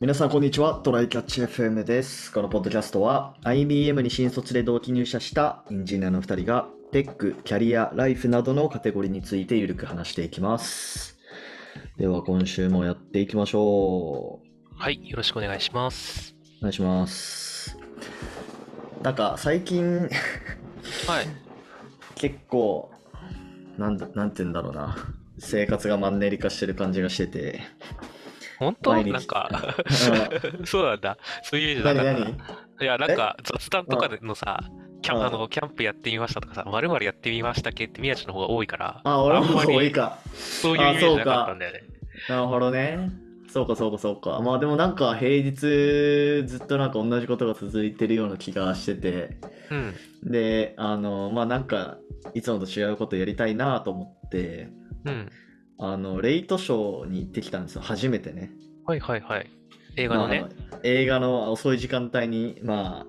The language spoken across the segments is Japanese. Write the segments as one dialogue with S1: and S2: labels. S1: 皆さん、こんにちは。トライキャッチ FM です。このポッドキャストは、IBM に新卒で同期入社したエンジニアの2人が、テック、キャリア、ライフなどのカテゴリーについてゆるく話していきます。では、今週もやっていきましょう。
S2: はい、よろしくお願いします。
S1: お願いします。なんか、最近、
S2: はい。
S1: 結構なんだなんて言うんだろうな生活がマンネリ化してる感じがしてて
S2: 本当
S1: 毎日
S2: なんか、
S1: う
S2: そうなんだ。そういうイメー
S1: ん
S2: ジな
S1: 何
S2: かった
S1: 何
S2: いや、なんか雑談とかでのさ、キャ
S1: うん
S2: ンあのキャンプやってみましたとかさ、まるまるやってみました系って宮地の方が多いから、
S1: あ俺
S2: ん
S1: も
S2: まり
S1: 多いか
S2: そういうイメージなかったんだよね。
S1: なるほどねそうかそうかそうかまあでもなんか平日ずっとなんか同じことが続いてるような気がしてて
S2: うん。
S1: であのまあなんかいつもと違うことやりたいなと思って
S2: うん。
S1: あのレイトショーに行ってきたんですよ初めてね
S2: はいはいはい。映画のね
S1: ま。あ映画の遅い時間帯に、ま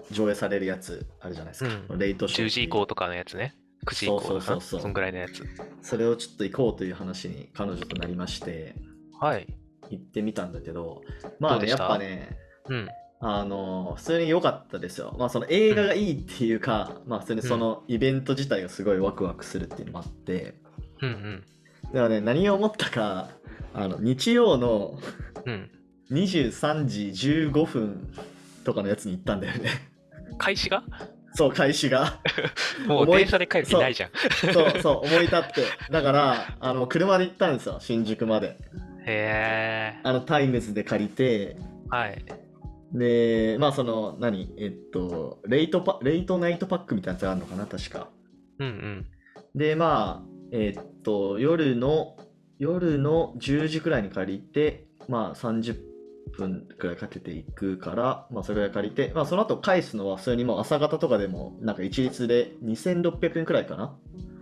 S1: あ、上映されるやつあるじゃないですか、
S2: うん
S1: レイトショー
S2: 10時以降とかのやつね。9時以降とか
S1: そう
S2: な
S1: そうそうそう
S2: そんぐらいのやつ。
S1: それをちょっと行こうという話に彼女となりまして
S2: はい。
S1: 行ってみたんだけどまあ
S2: どう
S1: ね
S2: で
S1: や
S2: し
S1: ったぱね
S2: うん。
S1: あの普通に良かったですよ、まあ、その映画がいいっていうか、まあ、普通にそのイベント自体がすごいワクワクするっていうのもあって
S2: うんうん。
S1: だからね何を思ったかあの日曜の
S2: うん。
S1: 23時15分とかのやつに行ったんだよ ね
S2: 開始が
S1: そう開始が
S2: もう
S1: 思い
S2: 電車で帰る気ないじゃん。
S1: そうそう思い立ってだからあの車で行ったんですよ新宿まで
S2: へえ。
S1: あのタイムズで借りて
S2: はい。
S1: でまあその何えっとレイトパレイトナイトパックみたいなやつがあるのかな確か
S2: うんうん。
S1: でまあえっと夜の夜の10時くらいに借りてまあ30分くらいかけていくからまあそれぐらい借りてまあその後返すのは普通にもう朝方とかでもなんか一律で2600円くらいかな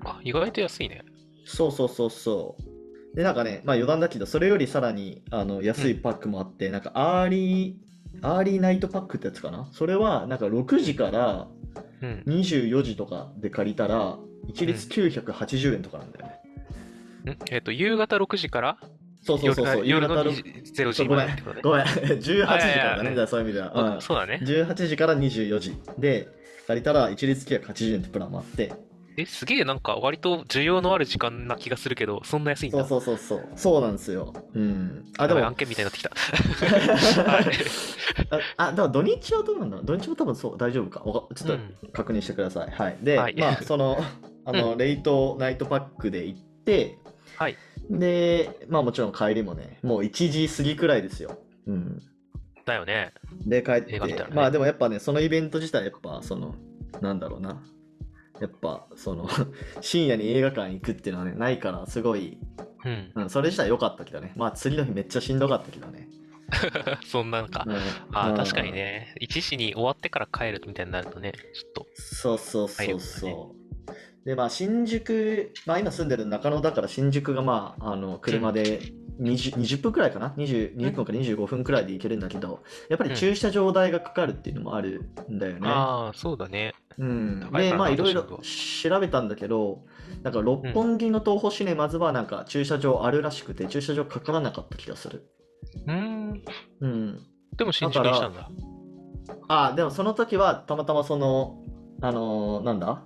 S2: あ、意外と安いね。
S1: そうそうそうそう。で、なんかね、まあ余談だけど、それよりさらにあの安いパックもあって、なんかアーリー、アーリーナイトパックってやつかなそれはなんか6時から
S2: うん。
S1: 24時とかで借りたら、一律980円とかなんだよね。
S2: んえっと、夕方6時から
S1: そうそうそうそう、
S2: 夜の
S1: の
S2: 2時0
S1: そ
S2: 時
S1: うご
S2: ま
S1: め
S2: でっ
S1: ん
S2: てことね。
S1: ごめん、18時 からだね、
S2: いやいや
S1: だからそういう意味では。う
S2: あ
S1: ん
S2: そうだね。
S1: 18時から24時で借りたら一律980円ってプランもあって、
S2: え、すげえなんか割と需要のある時間な気がするけど、そんな安いんだ。
S1: そうそうそうそう、そうなんですよ。うん。あ、
S2: あ、
S1: で
S2: で
S1: も
S2: も案件みたいになってきた。はい
S1: あ あ、でも土日はどうなんだろう土日も多分そう、大丈夫か。わかちょっ
S2: うん
S1: と確認してください。はい。で、
S2: はい
S1: まあ、そ の、あの、
S2: う
S1: レイトナイトパックで行って、
S2: はい。
S1: で、まあもちろん帰りもね、もう1時過ぎくらいですよ。うん。
S2: だよね。
S1: で、帰って、
S2: 映画見たらね
S1: まあでもやっぱね、そのイベント自体、やっぱ、その、なんだろうな。やっぱ、その、 深夜に映画館行くっていうのはね、ないから、すごい、
S2: うん。
S1: うん、それ自体良かったけどね。まあ、次の日めっちゃしんどかったけどね。
S2: そんななんか。
S1: うん
S2: あ
S1: う
S2: ー
S1: ん
S2: 確かにね。1時に終わってから帰るみたいになるとね、ちょっと。
S1: そうそうそう
S2: 体力
S1: そう。でまあ新宿、まあ、今住んでる中野だから新宿がまああの車で 20, 20分くらいかな 20, 20分から25分くらいで行けるんだけどやっぱり駐車場代がかかるっていうのもあるんだよね。
S2: ああ、そうだね。
S1: うん、
S2: 高い
S1: で
S2: から
S1: まあ
S2: ない
S1: ろいろ
S2: どう
S1: 調べたんだけどなんか六本木の東宝シネマズはなんか駐車場あるらしくて駐車場かからなかった気がする。
S2: うーん。
S1: うん、
S2: でも新宿にしたんだ。
S1: あでもその時はたまたまそのあのーなんだ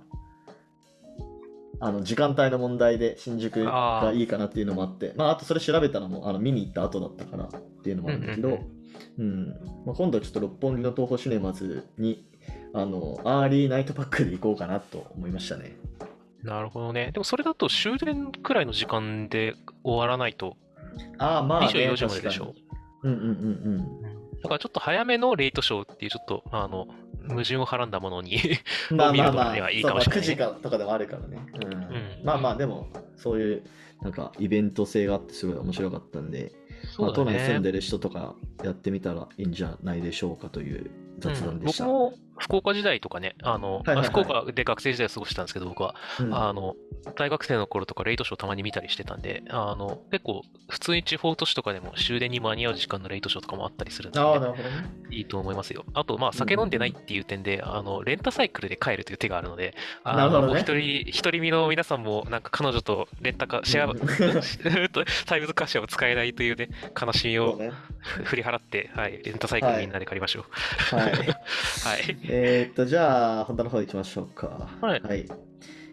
S1: あの時間帯の問題で新宿がいいかなっていうのもあってまああとそれ調べたのもあの見に行った後だったからっていうのもあるんだけど、
S2: う
S1: うんんまあ、今度はちょっと六本木の東宝シネマズにあのアーリーナイトパックで行こうかなと思いましたね
S2: なるほどね。でもそれだと終電くらいの時間で終わらないと、
S1: ああまあ、ね、
S2: 24時まででしょ
S1: 確かにうんうんうんうん
S2: だからちょっと早めのレイトショーっていうちょっと、あの、矛盾をはらんだもの に
S1: まあまあ
S2: を見るとか
S1: ま
S2: で
S1: あ、
S2: はいい
S1: そうま
S2: かも
S1: あ
S2: しれな
S1: 9
S2: いね
S1: 時からとかでもあるからね。うん
S2: ん
S1: まあまあ、でも、そういう、なんか、イベント性があって、すごい面白かったんで、まあ、都内住んでる人とかやってみたらいいんじゃないでしょうかという雑談でした。
S2: うん僕も福岡時代とかね、あの、
S1: はいはいはい
S2: 福岡で学生時代を過ごしてたんですけど、僕は、
S1: うん
S2: あの、大学生の頃とかレイトショーたまに見たりしてたんで、あの、結構、普通に地方都市とかでも終電に間に合う時間のレイトショーとかもあったりするんで、
S1: ああ、なるほどね。
S2: いいと思いますよ。あと、まあ、酒飲んでないっていう点で、あの、レンタサイクルで帰るという手があるので、あ
S1: なるほどね
S2: お一人、一人身の皆さんも、なんか彼女とレンタカー、シェア、
S1: うん
S2: タイムズカーシェア を使えないというね、悲しみ
S1: そう
S2: を
S1: ね
S2: 振り払って、はい、レンタサイクルみんなで借りましょう。
S1: はい。
S2: はい。
S1: えーっと、じゃあ、本題の方行きましょうか。
S2: はい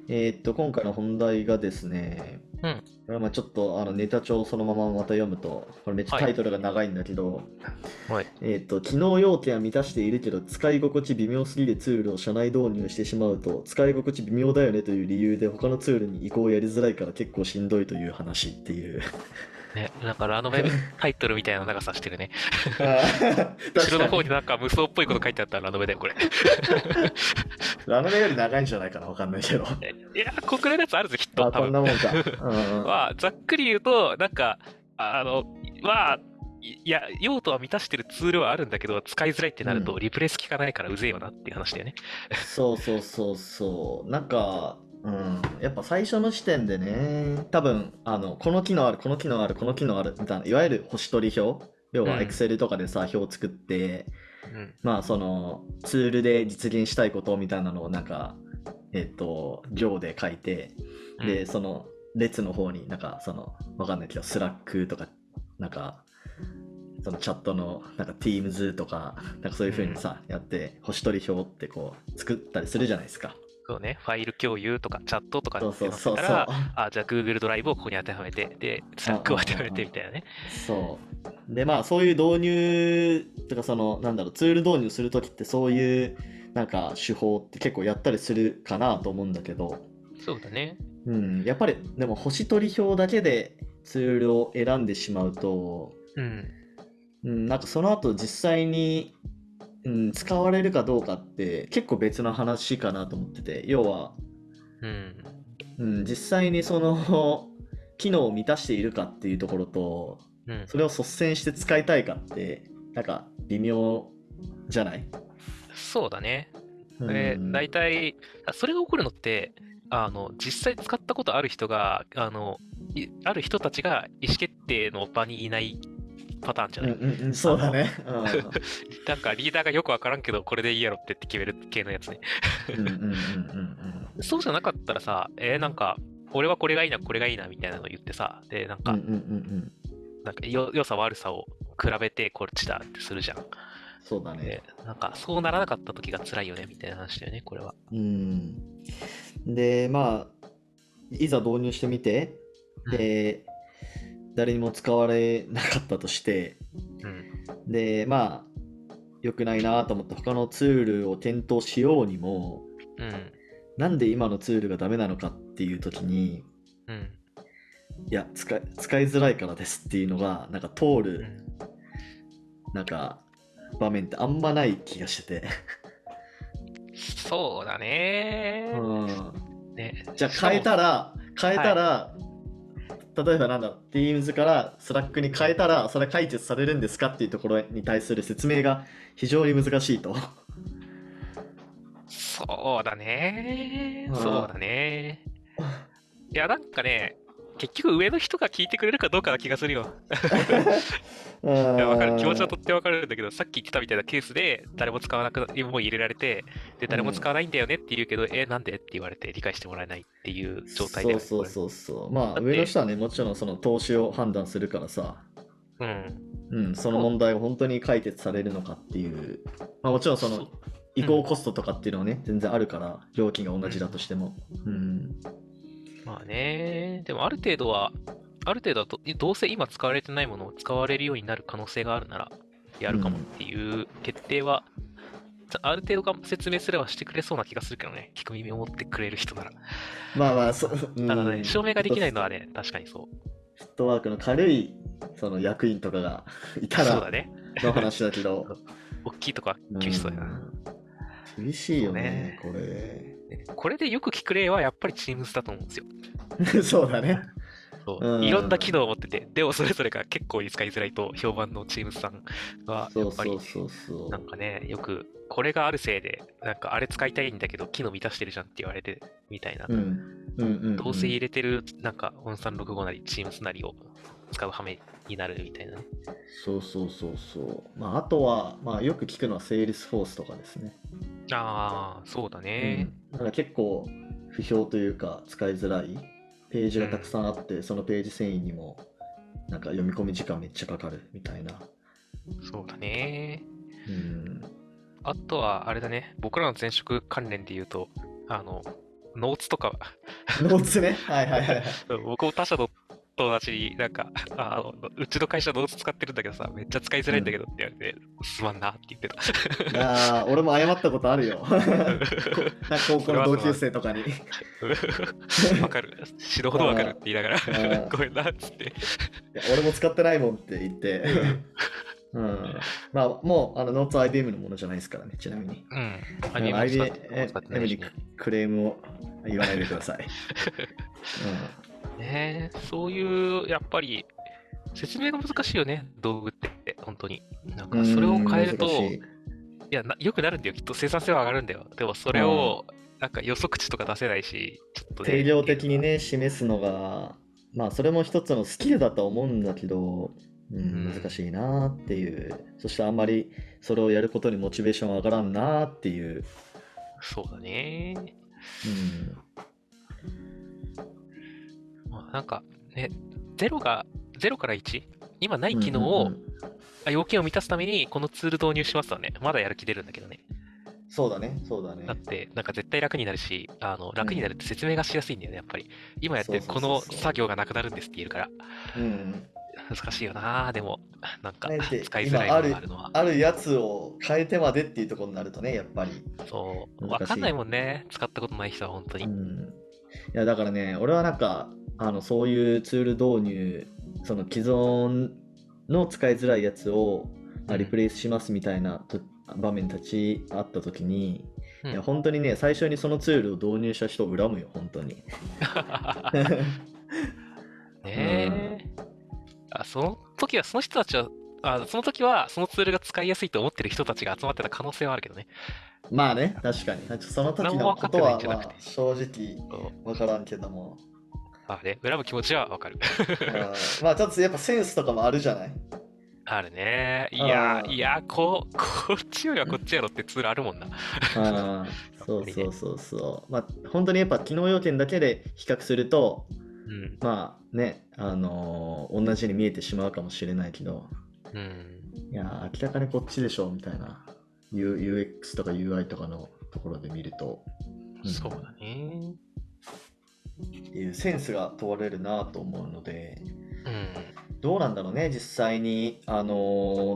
S1: えーっと、今回の本題がですね、
S2: うん
S1: これまあちょっとあのネタ帳をそのまままた読むと、これめっちゃ
S2: はい
S1: タイトルが長いんだけど、
S2: はい。
S1: えーっと、機能要件は満たしているけど、使い心地微妙すぎるツールを社内導入してしまうと、使い心地微妙だよねという理由で、他のツールに移行やりづらいから結構しんどいという話っていう。
S2: ね、だからあのウェブタイトルみたいな長さして るね。後
S1: 後
S2: ろの方になんか無双っぽいこと書いてあったらラノベだよ、これ。
S1: ラノベより長いんじゃないかな、わかんない けど。
S2: いや、こんくらいのやつあるぜ、きっと、
S1: あ、
S2: 多
S1: こん
S2: 分。
S1: なもんか。 うんうん
S2: まあ、ざっくり言うと、なんか、あの、まあ、いいや、用途は満たしてるツールはあるんだけど、使いづらいってなると、
S1: う
S2: リプレイス効かないからうぜえよなっていう話だよね。
S1: そうそうそうそう。なんか、うん、やっぱ最初の視点でね、多分あのこの機能ある、この機能ある、この機能あるみたいな、いわゆる星取り表、要
S2: う
S1: は
S2: ん
S1: Excel とかでさ、表を作って、
S2: うん。
S1: まあそのツールで実現したいことみたいなのをなんか、えっと、行で書いて、で、その列の方になんかそのわかんないけどスラックとかなんかそのチャットのなんか Teams とかなんかそういう風にさ、やって星取り表ってこう作ったりするじゃないですか。
S2: そうね、ファイル共有とか、チャットとか
S1: そう
S2: って
S1: そ
S2: いうの
S1: そう
S2: か
S1: そう
S2: ら、。あ、じゃあ Google ドライブをここに当てはめて、で、スラックを当てはめてみたいなね。
S1: そうでまあそういう導入とかそのなんだろうツール導入する時ってそういうなんか手法って結構やったりするかなと思うんだけど、
S2: そうだね。
S1: うん、やっぱりでも星取り表だけでツールを選んでしまうと
S2: うん。
S1: うん、なんかその後実際に、うん、使われるかどうかって結構別の話かなと思ってて要は、
S2: うん。
S1: うん、実際にその 機能を満たしているかっていうところと
S2: うん。
S1: それを率先して使いたいかってなんか微妙じゃない、
S2: そうだね。
S1: うん
S2: で、大体、あそれが起こるのって、あの、実際使ったことある人が、あの、いある人たちが意思決定の場にいないパターンじゃ
S1: うん
S2: ない、
S1: うんうん、そうだね。う
S2: なんかリーダーがよくわからんけど、これでいいやろってって決める系のやつね。
S1: んうんうんうんうん
S2: そうじゃなかったらさ、えーなんか、俺はこれがいいな、これがいいな、みたいなの言ってさ、で、なん
S1: うんうんうん、
S2: か
S1: うん
S2: なんかよ、良さ悪さを比べて、こっちだってするじゃん。
S1: そうだね
S2: で。、なんか、そうならなかった時が辛いよね、みたいな話だよね、これは。
S1: うん、でまあいざ導入してみてで誰にも使われなかったとして
S2: うん。
S1: でまあ良くないなと思って他のツールを検討しようにも
S2: うん。
S1: なんで今のツールがダメなのかっていう時に
S2: うん。
S1: いや使い使いづらいからですっていうのがなんか通
S2: う
S1: る
S2: ん
S1: なんか場面ってあんまない気がしてて、
S2: そうだね
S1: う。ん、
S2: ね
S1: じゃあ
S2: しかも
S1: 変えたら変えたら、例えばなんだろう Teams から Slack に変えたらそれ解決されるんですかっていうところに対する説明が非常に難しいと
S2: そうだね
S1: う。ん
S2: そうだね。いや、なんかね、結局上の人が聞いてくれるかどうかな気がするよ。
S1: うん
S2: いやわかる。気持ちはとってわかるんだけど、さっき言ってたみたいなケースで、誰も使わなくな、もう入れられて、で、誰も使わないんだよねって言うけど、え、なんでって言われて理解してもらえないっていう状態だよね。
S1: そうそうそうそうま
S2: だ
S1: あ
S2: って
S1: 上の人はねもちろんその投資を判断するからさ
S2: これうん。
S1: うん、その問題が本当に解決されるのかっていう、まあ、もちろんその移行コストとかっていうのはね、全然あるから料金が同じだとしても、うん、
S2: まあね、でもある程度は、ある程度はどどうせ今使われてないものを使われるようになる可能性があるなら、やるかもっていう決定は、ある程度が説明すればしてくれそうな気がするけどね、聞く耳を持ってくれる人なら。
S1: まあまあそ、うん、
S2: ただね、証明ができないのはね、確かにそう。
S1: フットワークの軽いその役員とか がいた
S2: そう
S1: ら
S2: だね。
S1: の話だけど、
S2: 大きいとこは 厳しそうだな。
S1: うん厳しいよね、これ。
S2: これでよく聞く例はやっぱり Teams だと思うんです よ。
S1: そうだね。
S2: そう
S1: うん
S2: いろんな機能を持ってて、でもそれぞれが結構使いづらいと評判のチームさんが、
S1: そ
S2: や
S1: う
S2: っぱ
S1: そ
S2: り
S1: うそうそう
S2: なんかね、よく、これがあるせいで、なんかあれ使いたいんだけど、機能満たしてるじゃんって言われて、みたいな。
S1: うんうんうんうん
S2: どうせ入れてる、なんか、オンサン65なり、チームスなりを使う羽目になるみたいなね。
S1: そうそうそうそうまああとは、まあ、よく聞くのはセールスフォースとかですね、
S2: ああ、そうだね。
S1: うん、なんか結構不評というか使いづらいページがたくさんあって、そのページ遷移にもなんか読み込み時間めっちゃかかるみたいな
S2: そうだね。
S1: うん
S2: あとは、あれだね、僕らの前職関連で言うと、あの、ノーツとか、
S1: ノーツねはいはいはいはい
S2: 僕も他社の友達に、なんか、ああのうちの会社ノーツ使ってるんだけどさ、めっちゃ使いづらいんだけどって言われて、すまんなって言って た。
S1: いやー俺も謝ったことある よこなんか高校の同級生とかに
S2: わかる。死ぬほどわかるって言いなが
S1: あ
S2: ら
S1: あ、
S2: ごめんなっつって。
S1: いや俺も使ってないもんって言って、うん、まあもうあのノーツは IBM のものじゃないですからねちなみに
S2: うん。
S1: あ
S2: ア
S1: の
S2: ニ
S1: IBM
S2: メも使ってないし
S1: にクレームを言わないでください、
S2: ねえそういう、やっぱり、説明が難しいよね、道具って、本当に。なん
S1: う
S2: か、
S1: ん、
S2: それを変えると、
S1: 難し
S2: い
S1: い
S2: や、な良くなるんだよ、きっと生産性は上がるんだよ。でも、それを、なんか予測値とか出せないし、ちょっとね。
S1: 定量的にね示すのがまあそれも一つのスキルだとは思うんだけど、う
S2: うん
S1: ん、難しいなっていう、そしてあんまりそれをやることにモチベーション上がらんなっていう、
S2: そうだね。
S1: うん、
S2: まあ、なんか、ね、0が、0から 1? 今ない機能
S1: う
S2: を、
S1: んうんうん
S2: あ要件を満たすために、このツール導入しますわね。まだやる気出るんだけどね。
S1: そうだねそうだね
S2: だって、なんか絶対楽になるし、あの楽になるって説明がしやすいんだよね、やっぱり。今やってる
S1: そうそ
S2: こ
S1: うそう
S2: の
S1: そう
S2: 作業がなくなるんですって言えるから。
S1: うん
S2: 難しいよなでもなんか
S1: ねで
S2: 使いづらいものがあるのは
S1: あるやつを変えてまでっていうところになるとねやっぱり、
S2: そう
S1: 難しい
S2: 分かんないもんね使ったことない人は本当に、
S1: うん、いやだからね俺はなんかあのそういうツール導入その既存の使いづらいやつをあリプレイスしますみたいなと場面たちあった時に、
S2: うん
S1: いや本当にね最初にそのツールを導入した人を恨むよ本当 に
S2: ねえ、あその時はその人たちはあその時はそのツールが使いやすいと思ってる人たちが集まってた可能性はあるけどね
S1: まあね確かにその時
S2: 何も
S1: の
S2: 分か
S1: こと
S2: ってないん
S1: は、
S2: じゃな
S1: ま
S2: くて
S1: あ、正直
S2: そう
S1: 分からんけども
S2: あれ恨む気持ちは分かる
S1: うんまあちょっとやっぱセンスとかもあるじゃない
S2: あるねいや
S1: あー
S2: いやここっちよりはこっちやろってツールあるもんな
S1: ああ、そうそうそうそう。まあ、本当にやっぱ機能要件だけで比較すると、
S2: うん
S1: まあね、あのー同じに見えてしまうかもしれないけど、
S2: うん
S1: いやー、明らかにこっちでしょみたいな、U、UX とか UI とかのところで見ると、うん
S2: そうだね
S1: っていうセンスが問われるなと思うので、
S2: う
S1: どうなんだろうね、実際に、あの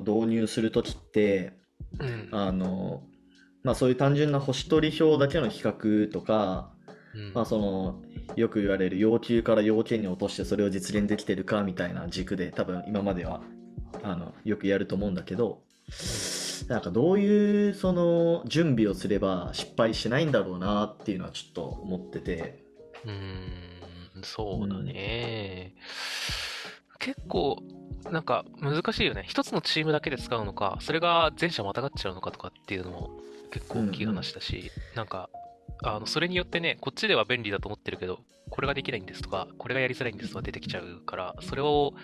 S1: ー導入するときって、
S2: んうん
S1: あのーまあ、そういう単純な星取り表だけの比較とか、
S2: うん
S1: まあ、そのよく言われる要求から要件に落としてそれを実現できてるかみたいな軸で多分今まではあのよくやると思うんだけどなんかどういうその準備をすれば失敗しないんだろうなっていうのはちょっと思ってて
S2: うーん、そうだね。結構、なんか難しいよね。一つのチームだけで使うのか、それが全社またがっちゃうのかとかっていうのも結構大きい話だし、なんか、あのそれによってね、こっちでは便利だと思ってるけど、これができないんですとか、これがやりづらいんですとか出てきちゃうから、それを、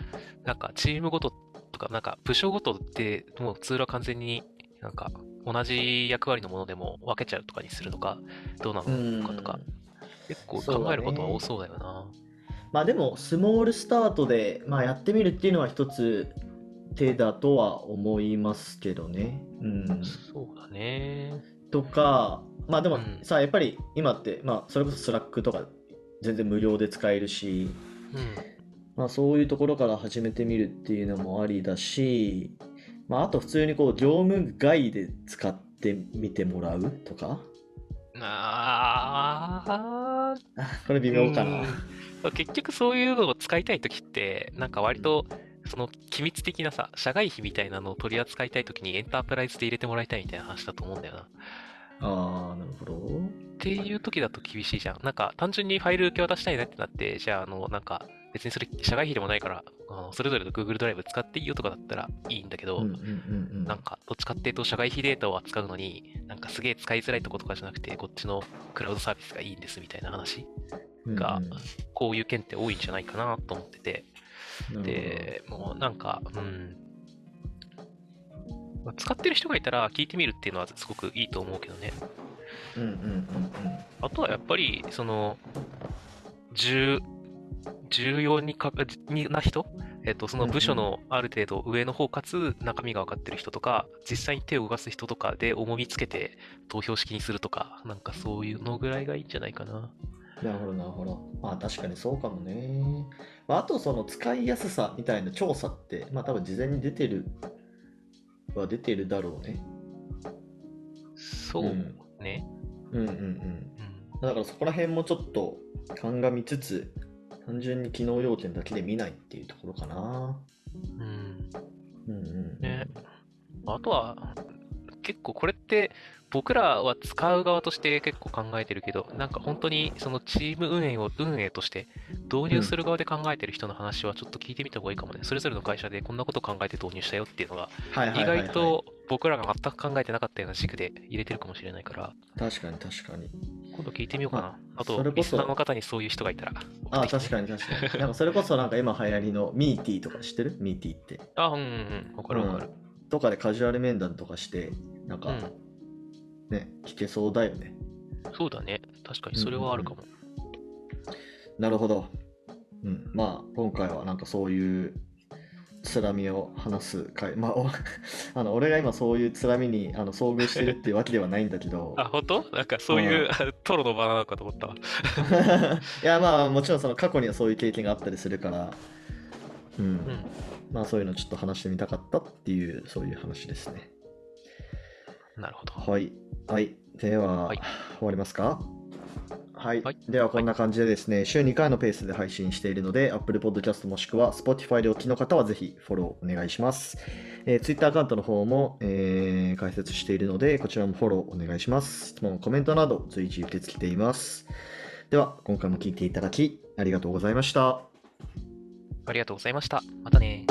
S2: なんかチームごととか、なんか部署ごとでもうツールは完全になんか同じ役割のものでも分けちゃうとかにするのか、どうなのかとか、結構
S1: そうだね
S2: 考えることは多そうだよな。
S1: まあでもスモールスタートで、まあ、やってみるっていうのは一つ手だとは思いますけどね。うん、
S2: そうだね。
S1: とかまあで
S2: う
S1: も
S2: ん
S1: さ、やっぱり今って、まあ、それこそスラックとか全然無料で使えるし
S2: うん。
S1: まあ、そういうところから始めてみるっていうのもありだし、まあ、あと普通にこう業務外で使ってみてもらうとか
S2: あ
S1: あこれ微
S2: ー
S1: 妙かな、
S2: うん結局そういうのを使いたいときって、なんか割と、その機密的なさ、社外費みたいなのを取り扱いたいときにエンタープライズで入れてもらいたいみたいな話だと思うんだよな。
S1: ああなるほど
S2: っていう時だと厳しいじゃん。なんか単純にファイル受け渡したいなってなって、じゃああの、なんか別にそれ社外費でもないから、あのそれぞれの Google ドライブ使っていいよとかだったらいいんだけど、
S1: うんうんうんうん
S2: なんかどっちかっていうと社外費データを扱うのに、なんかすげえ使いづらいとことかじゃなくて、こっちのクラウドサービスがいいんですみたいな話が、
S1: うんうんなる
S2: こういう件って多いんじゃないかなと思ってて、
S1: ほど
S2: で、もうなんか、うん。まあ使ってる人がいたら聞いてみるっていうのはすごくいいと思うけどね。
S1: うんうんうんうん
S2: あとはやっぱり、その、重、重要にかか、にな人えっと、その部署のある程度上の方かつ中身が分かってる人とか、実際に手を動かす人とかで重みつけて投票式にするとか、なんかそういうのぐらいがいいんじゃないかな。
S1: なるほどなるほど。まあ確かにそうかもね。まあ、あとその使いやすさみたいな調査って、まあ多分事前に出てるは出てるだろうね。
S2: そうね。
S1: うんうんうん。
S2: うん。
S1: だからそこら辺もちょっと鑑みつつ、単純に機能要点だけで見ないっていうところかな。
S2: うん
S1: うんうん、
S2: ねあとは、結構これって、僕らは使う側として結構考えてるけど、なんか本当にそのチーム運営を、運営として導入する側で考えてる人の話はちょっと聞いてみた方がいいかもね。それぞれの会社でこんなこと考えて導入したよっていうのが、
S1: はいはい
S2: 意
S1: はいはい
S2: 外と僕らが全く考えてなかったような軸で入れてるかもしれないから、
S1: 確かに確かに。
S2: 今度聞いてみようかな。あ
S1: そ
S2: と、
S1: れこ
S2: リ
S1: そ
S2: スナーの方にそういう人がいたら。
S1: あ
S2: 送ってきて
S1: 確かに確かに。なんかそれこそなんか今流行りのミーティーとか知ってるミーティーって。
S2: あ、うんうんうん。わかるわかる。
S1: うんとかでカジュアル面談とかして、なん
S2: う
S1: か
S2: ん。
S1: ね、聞けそうだよね。
S2: そうだね。確かにそれはあるかも。
S1: なるほど。うん、まあ今回はなんかそういうつらみを話す回、まあ、お あの俺が今そういうつらみにあの遭遇してるっていうわけではないんだけ ど
S2: あ、本当なんかそういう、 トロの場なのかと思ったわ。
S1: いやまあもちろんその過去にはそういう経験があったりするから、うん
S2: うん。
S1: まあそういうのちょっと話してみたかったっていうそういう話ですね。
S2: なるほど。
S1: はい、はい、では、
S2: はい
S1: 終わりますか。はい、
S2: はい
S1: ではこんな感じでですね、週2回のペースで配信しているので、Apple Podcast もしくは Spotify でお聞きの方はぜひフォローお願いします。えー Twitter アカウントの方も、えー解説しているので、こちらもフォローお願いします。質問、コメントなど随時受け付けています。では、今回も聞いていただきありがとうございました。
S2: ありがとうございました。またね。